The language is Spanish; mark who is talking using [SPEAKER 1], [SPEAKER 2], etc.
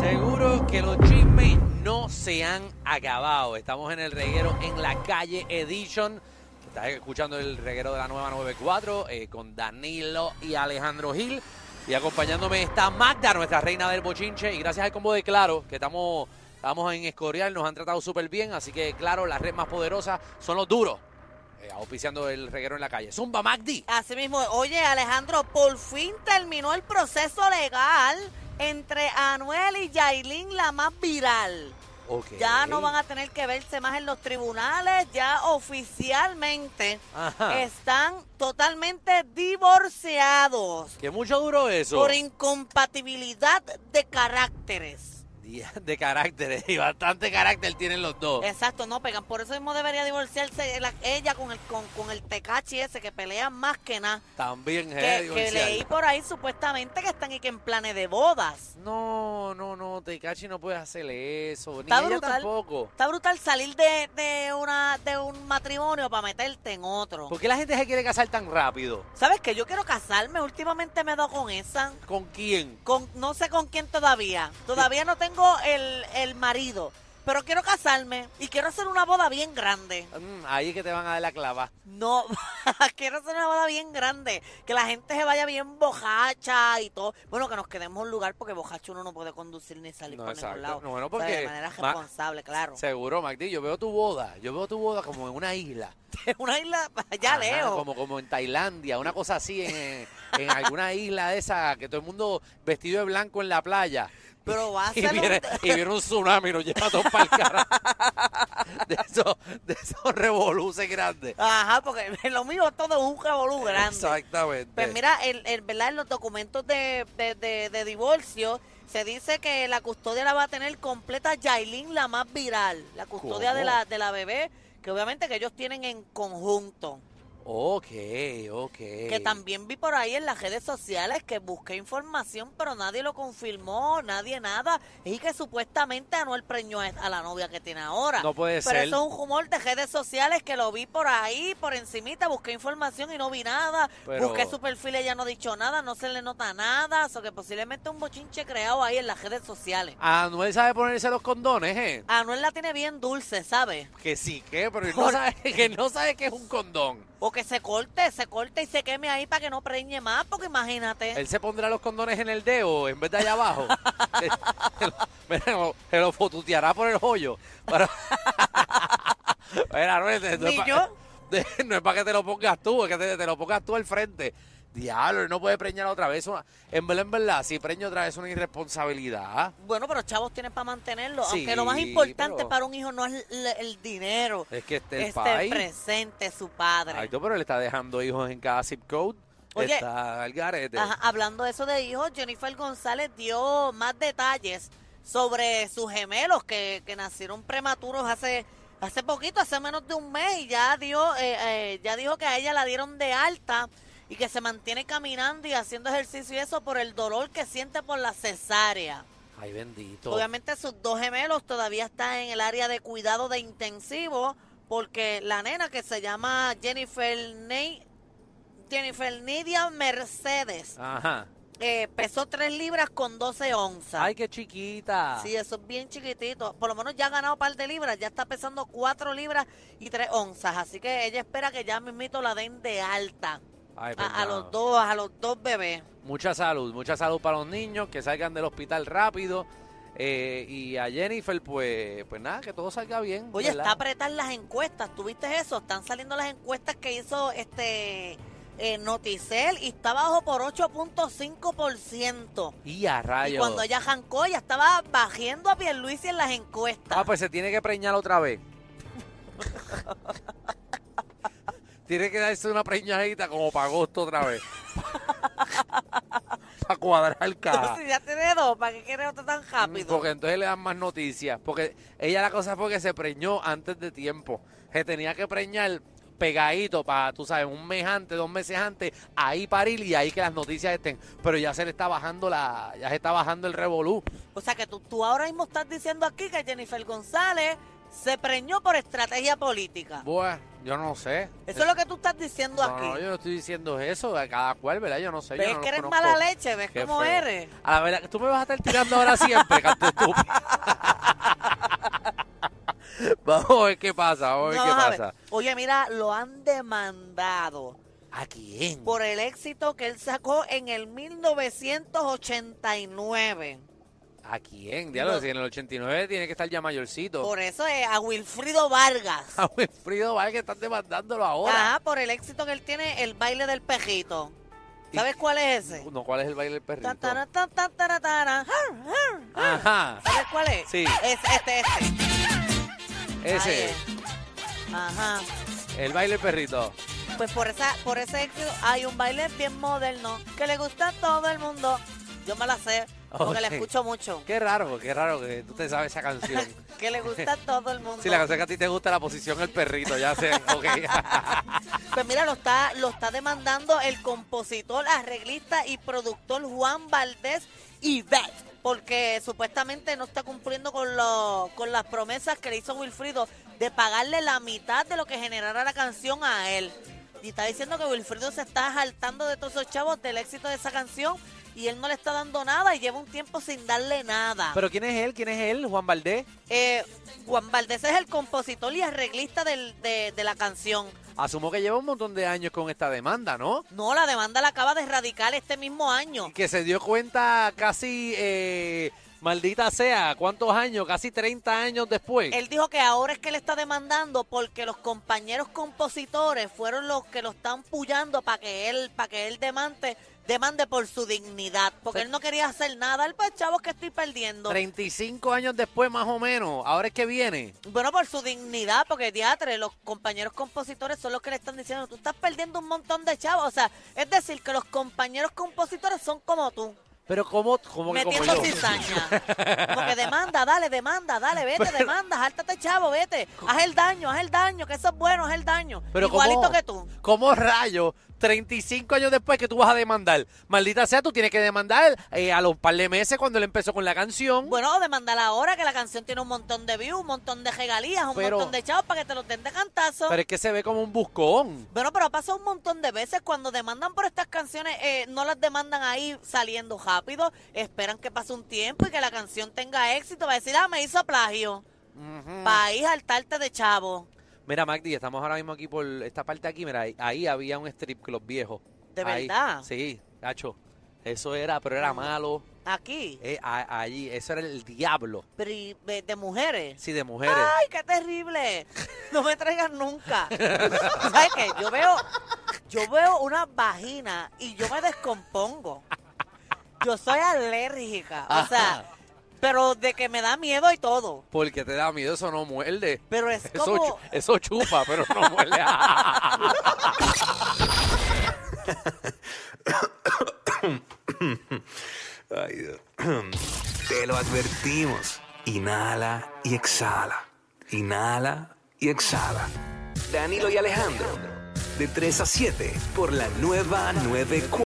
[SPEAKER 1] Seguro que los chismes no se han acabado. Estamos en el reguero en la calle Edition. Estás escuchando el reguero de la nueva 94 eh, con Danilo y Alejandro Gil. Y acompañándome está Magda, nuestra reina del bochinche. Y gracias al combo de Claro, que estamos, estamos en Escorial, nos han tratado súper bien. Así que, claro, la red más poderosa son los duros. eh, auspiciando el reguero en la calle. Zumba Magdi.
[SPEAKER 2] Así mismo, oye Alejandro, por fin terminó el proceso legal entre Anuel y Yailin, la más viral. Ya no van a tener que verse más en los tribunales, ya oficialmente
[SPEAKER 1] Ajá.
[SPEAKER 2] están totalmente divorciados
[SPEAKER 1] Que mucho duro eso.
[SPEAKER 2] por incompatibilidad de caracteres.
[SPEAKER 1] De carácter, y bastante carácter tienen los dos.
[SPEAKER 2] Exacto, no pegan. Por eso mismo debería divorciarse la- ella con el, con, con el tecachi ese que pelea más que nada.
[SPEAKER 1] También es
[SPEAKER 2] que, que leí por ahí supuestamente que están y que en planes de bodas.
[SPEAKER 1] No, no, no, Tecachi no puede hacerle eso.
[SPEAKER 2] Está
[SPEAKER 1] ni ella
[SPEAKER 2] brutal.
[SPEAKER 1] tampoco.
[SPEAKER 2] Está brutal salir de, de una, de un matrimonio para meterte en otro.
[SPEAKER 1] ¿Por qué la gente se quiere casar tan rápido?
[SPEAKER 2] ¿Sabes que Yo quiero casarme. Últimamente me he dado con esa.
[SPEAKER 1] ¿Con quién?
[SPEAKER 2] Con, no sé con quién todavía. Todavía no tengo el, el marido. Pero quiero casarme y quiero hacer una boda bien grande.
[SPEAKER 1] Mm, ahí es que te van a dar la clava.
[SPEAKER 2] No, quiero hacer una boda bien grande. Que la gente se vaya bien bojacha y todo. Bueno, que nos quedemos en un lugar porque bojacho uno no puede conducir ni salir
[SPEAKER 1] No,
[SPEAKER 2] por
[SPEAKER 1] exacto.
[SPEAKER 2] ningún lado.
[SPEAKER 1] No, bueno,
[SPEAKER 2] O sea,
[SPEAKER 1] porque
[SPEAKER 2] de manera
[SPEAKER 1] ma-
[SPEAKER 2] responsable, claro.
[SPEAKER 1] Seguro, Magdi, yo veo tu boda. Yo veo tu boda como en una isla.
[SPEAKER 2] una isla pues, ya
[SPEAKER 1] Ajá,
[SPEAKER 2] lejos.
[SPEAKER 1] Como, como en Tailandia, una cosa así, en, en alguna isla de esa, que todo el mundo vestido de blanco en la playa.
[SPEAKER 2] Pero va a
[SPEAKER 1] Y
[SPEAKER 2] ser un-
[SPEAKER 1] viene, y viene un tsunami, nos lleva todo para el carajo. De esos, de esos revoluces grandes.
[SPEAKER 2] Ajá, porque lo mío todo es un revolú
[SPEAKER 1] Eh,
[SPEAKER 2] grande.
[SPEAKER 1] Exactamente.
[SPEAKER 2] Pues mira, el, el- ¿verdad? en los documentos de, de- de- de divorcio se dice que la custodia la va a tener completa Yailin, la más viral. La custodia de
[SPEAKER 1] ¿Cómo?
[SPEAKER 2] la, de la bebé, que obviamente que ellos tienen en conjunto.
[SPEAKER 1] Ok, ok.
[SPEAKER 2] Que también vi por ahí en las redes sociales que busqué información, pero nadie lo confirmó, nadie nada. Y que supuestamente Anuel preñó a la novia que tiene ahora.
[SPEAKER 1] No puede
[SPEAKER 2] Pero
[SPEAKER 1] ser.
[SPEAKER 2] eso es un rumor de redes sociales que lo vi por ahí, por encimita, busqué información y no vi nada.
[SPEAKER 1] Pero-
[SPEAKER 2] Busqué su perfil, ella no ha dicho nada, no se le nota nada. O sea, que posiblemente un bochinche creado ahí en las redes sociales.
[SPEAKER 1] Anuel sabe ponerse los condones, ¿eh?
[SPEAKER 2] Anuel la tiene bien dulce, ¿sabes?
[SPEAKER 1] Que sí, que, pero él no sabe, que él no sabe que es un condón.
[SPEAKER 2] O que se corte, se corte y se queme ahí para que no preñe más, porque imagínate.
[SPEAKER 1] Él se pondrá los condones en el dedo en vez de allá abajo. Eh, Mira, se lo- se lo fotuteará por el hoyo. Para... Mira, Anuel, no es
[SPEAKER 2] Ni
[SPEAKER 1] eh, pa-
[SPEAKER 2] yo.
[SPEAKER 1] de- no es para que te lo pongas tú, es que te, te lo pongas tú al frente. Diablo, él no puede preñar otra vez. una- En verdad, en verdad, si preño otra vez es una irresponsabilidad.
[SPEAKER 2] Bueno, pero chavos tienen para mantenerlo.
[SPEAKER 1] Sí,
[SPEAKER 2] Aunque lo más importante
[SPEAKER 1] pero-
[SPEAKER 2] para un hijo no es l- el dinero.
[SPEAKER 1] Es que esté el
[SPEAKER 2] Este
[SPEAKER 1] país.
[SPEAKER 2] presente, su padre.
[SPEAKER 1] Ay, tú, pero le está dejando hijos en cada zip code.
[SPEAKER 2] Oye.
[SPEAKER 1] está al garete.
[SPEAKER 2] Ajá, hablando de eso de hijos, Jennifer González dio más detalles sobre sus gemelos que, que nacieron prematuros hace hace poquito, hace menos de un mes y ya dio eh, eh, ya dijo que a ella la dieron de alta y que se mantiene caminando y haciendo ejercicio y eso por el dolor que siente por la cesárea.
[SPEAKER 1] Ay, bendito.
[SPEAKER 2] Obviamente sus dos gemelos todavía están en el área de cuidado de intensivo porque la nena que se llama Jennifer Ney, Jennifer Nidia Mercedes
[SPEAKER 1] Ajá.
[SPEAKER 2] eh, pesó 3 libras con 12 onzas.
[SPEAKER 1] Ay, ah. qué chiquita.
[SPEAKER 2] Sí, eso es bien chiquitito. Por lo menos ya ha ganado un par de libras. Ya está pesando 4 libras y 3 onzas. Así que ella espera que ya mismito la den de alta.
[SPEAKER 1] Ay,
[SPEAKER 2] A, a
[SPEAKER 1] perdón.
[SPEAKER 2] los dos, a los dos bebés.
[SPEAKER 1] Mucha salud, mucha salud para los niños, que salgan del hospital rápido. Eh, y a Jennifer, pues, pues nada, que todo salga bien.
[SPEAKER 2] Oye,
[SPEAKER 1] ¿verdad?
[SPEAKER 2] está apretar las encuestas. ¿Tuviste eso? Están saliendo las encuestas que hizo este eh, Noticel y está bajo por 8.5%.
[SPEAKER 1] Y a
[SPEAKER 2] Y
[SPEAKER 1] rayos.
[SPEAKER 2] cuando ella arrancó, ya estaba bajando a Pierluisi en las encuestas.
[SPEAKER 1] Ah, pues se tiene que preñar otra vez. tiene que darse una preñadita como para agosto otra vez. para cuadrar el caja.
[SPEAKER 2] Entonces, ya tiene dos, ¿para qué quiere otro tan rápido?
[SPEAKER 1] Mm, ah. Porque entonces le dan más noticias. Porque ella la cosa fue que se preñó antes de tiempo. Se tenía que preñar pegadito para, tú sabes, un mes antes, dos meses antes, ahí parir y ahí que las noticias estén. Pero ya se le está bajando la, ya se está bajando el revolú.
[SPEAKER 2] O sea que tú, tú ahora mismo estás diciendo aquí que Jennifer González se preñó por estrategia política.
[SPEAKER 1] Bueno, Yo no sé.
[SPEAKER 2] Eso es lo que tú estás diciendo
[SPEAKER 1] no,
[SPEAKER 2] aquí.
[SPEAKER 1] no, yo no estoy diciendo eso, a cada cual, ¿verdad? Yo no sé.
[SPEAKER 2] ¿Ves
[SPEAKER 1] yo no
[SPEAKER 2] que
[SPEAKER 1] los
[SPEAKER 2] eres
[SPEAKER 1] conozco.
[SPEAKER 2] mala leche? ¿Ves
[SPEAKER 1] Qué
[SPEAKER 2] cómo
[SPEAKER 1] feo.
[SPEAKER 2] eres?
[SPEAKER 1] A la verdad, tú me vas a estar tirando ahora siempre, canto estúpido. Vamos a ver qué pasa, vamos a ver
[SPEAKER 2] No,
[SPEAKER 1] qué
[SPEAKER 2] vas a ver.
[SPEAKER 1] pasa.
[SPEAKER 2] Oye, mira, lo han demandado
[SPEAKER 1] ¿A quién?
[SPEAKER 2] por el éxito que él sacó en el 1989.
[SPEAKER 1] ¿A quién? Diablo,
[SPEAKER 2] No.
[SPEAKER 1] si en el 89 tiene que estar ya mayorcito.
[SPEAKER 2] Por eso es a Wilfrido Vargas.
[SPEAKER 1] A Wilfrido Vargas están demandándolo ahora.
[SPEAKER 2] Ajá, por el éxito que él tiene, el baile del pejito. ¿Sabes cuál es ese?
[SPEAKER 1] No, ¿cuál es el baile del perrito?
[SPEAKER 2] Tan, tara, tan, tan, tara, tara. Ar, ar.
[SPEAKER 1] Ajá,
[SPEAKER 2] ¿Sabes cuál es?
[SPEAKER 1] Sí.
[SPEAKER 2] Es este, este.
[SPEAKER 1] ese,
[SPEAKER 2] Ahí es. Ajá.
[SPEAKER 1] el baile del perrito.
[SPEAKER 2] Pues por esa, por ese éxito hay un baile bien moderno que le gusta a todo el mundo. Yo me la sé, porque la
[SPEAKER 1] Ok.
[SPEAKER 2] escucho mucho.
[SPEAKER 1] Qué raro, qué raro que tú te sabes esa canción.
[SPEAKER 2] Que le gusta a todo el mundo.
[SPEAKER 1] Si la canción que a ti te gusta, la posición del perrito, ya sé, ok.
[SPEAKER 2] Pues mira, lo está, lo está demandando el compositor, arreglista y productor Juan Valdés Ibet, porque supuestamente no está cumpliendo con, lo- con las promesas que le hizo Wilfrido de pagarle la mitad de lo que generara la canción a él. Y está diciendo que Wilfrido se está jaltando de todos esos chavos del éxito de esa canción y él no le está dando nada y lleva un tiempo sin darle nada.
[SPEAKER 1] Pero ¿quién es él? ¿Quién es él? Juan Valdés.
[SPEAKER 2] Eh, Juan Valdés es el compositor y arreglista del- de- de la canción.
[SPEAKER 1] Asumo que lleva un montón de años con esta demanda, ¿no?
[SPEAKER 2] No, la demanda la acaba de erradicar este mismo año.
[SPEAKER 1] Y que se dio cuenta casi, eh, maldita sea, ¿cuántos años? Casi 30 años después.
[SPEAKER 2] Él dijo que ahora es que le está demandando porque los compañeros compositores fueron los que lo están pullando para que él, para que él demande, demande por su dignidad. Porque
[SPEAKER 1] Sí.
[SPEAKER 2] él no quería hacer nada. El pues chavo que estoy perdiendo.
[SPEAKER 1] 35 años después más o menos, ahora es que viene.
[SPEAKER 2] Bueno, por su dignidad, porque teatro, los compañeros compositores son los que le están diciendo, tú estás perdiendo un montón de chavos. O sea, es decir, que los compañeros compositores son como tú,
[SPEAKER 1] Pero ¿cómo, cómo que como
[SPEAKER 2] metiendo
[SPEAKER 1] yo?
[SPEAKER 2] cizaña. Como que demanda, dale, demanda, dale, vete, demanda, jáltate, chavo, vete. Haz el daño, haz el daño, que eso es bueno, haz el daño.
[SPEAKER 1] Pero
[SPEAKER 2] Igualito
[SPEAKER 1] ¿cómo,
[SPEAKER 2] que tú.
[SPEAKER 1] ¿Cómo rayos 35 años después que tú vas a demandar? Maldita sea, tú tienes que demandar eh, a los par de meses cuando él empezó con la canción.
[SPEAKER 2] Bueno, demandala ahora, que la canción tiene un montón de views, un montón de regalías, un
[SPEAKER 1] Pero-
[SPEAKER 2] montón de chavos para que te los den de cantazo.
[SPEAKER 1] Pero es que se ve como un buscón.
[SPEAKER 2] Bueno, pero pasa un montón de veces cuando demandan por estas canciones, eh, no las demandan ahí saliendo rápido, esperan que pase un tiempo y que la canción tenga éxito, va a decir, ah, me hizo plagio,
[SPEAKER 1] Ujú.
[SPEAKER 2] para ir saltarte de chavo.
[SPEAKER 1] Mira, Magdi, estamos ahora mismo aquí por esta parte aquí. Mira, ahí, ahí había un strip club viejo.
[SPEAKER 2] ¿De
[SPEAKER 1] Ahí.
[SPEAKER 2] verdad?
[SPEAKER 1] Sí, Nacho. Eso era, pero era malo.
[SPEAKER 2] Aquí,
[SPEAKER 1] Eh, a- allí, eso era el diablo.
[SPEAKER 2] pero y de- de mujeres.
[SPEAKER 1] Sí, de mujeres.
[SPEAKER 2] ¡Ay, qué terrible! No me traigas nunca. ¿Sabes qué? Yo veo, yo veo una vagina y yo me descompongo. Yo soy alérgica. O sea, pero de que me da miedo y todo.
[SPEAKER 1] Porque te da miedo, eso no muerde.
[SPEAKER 2] Pero es
[SPEAKER 1] Eso,
[SPEAKER 2] como.
[SPEAKER 1] chu- eso chupa, pero no muerde.
[SPEAKER 3] Ay, Dios. Te lo advertimos. Inhala y exhala. Inhala y exhala. Danilo y Alejandro, de 3 a 7 por la nueva 94.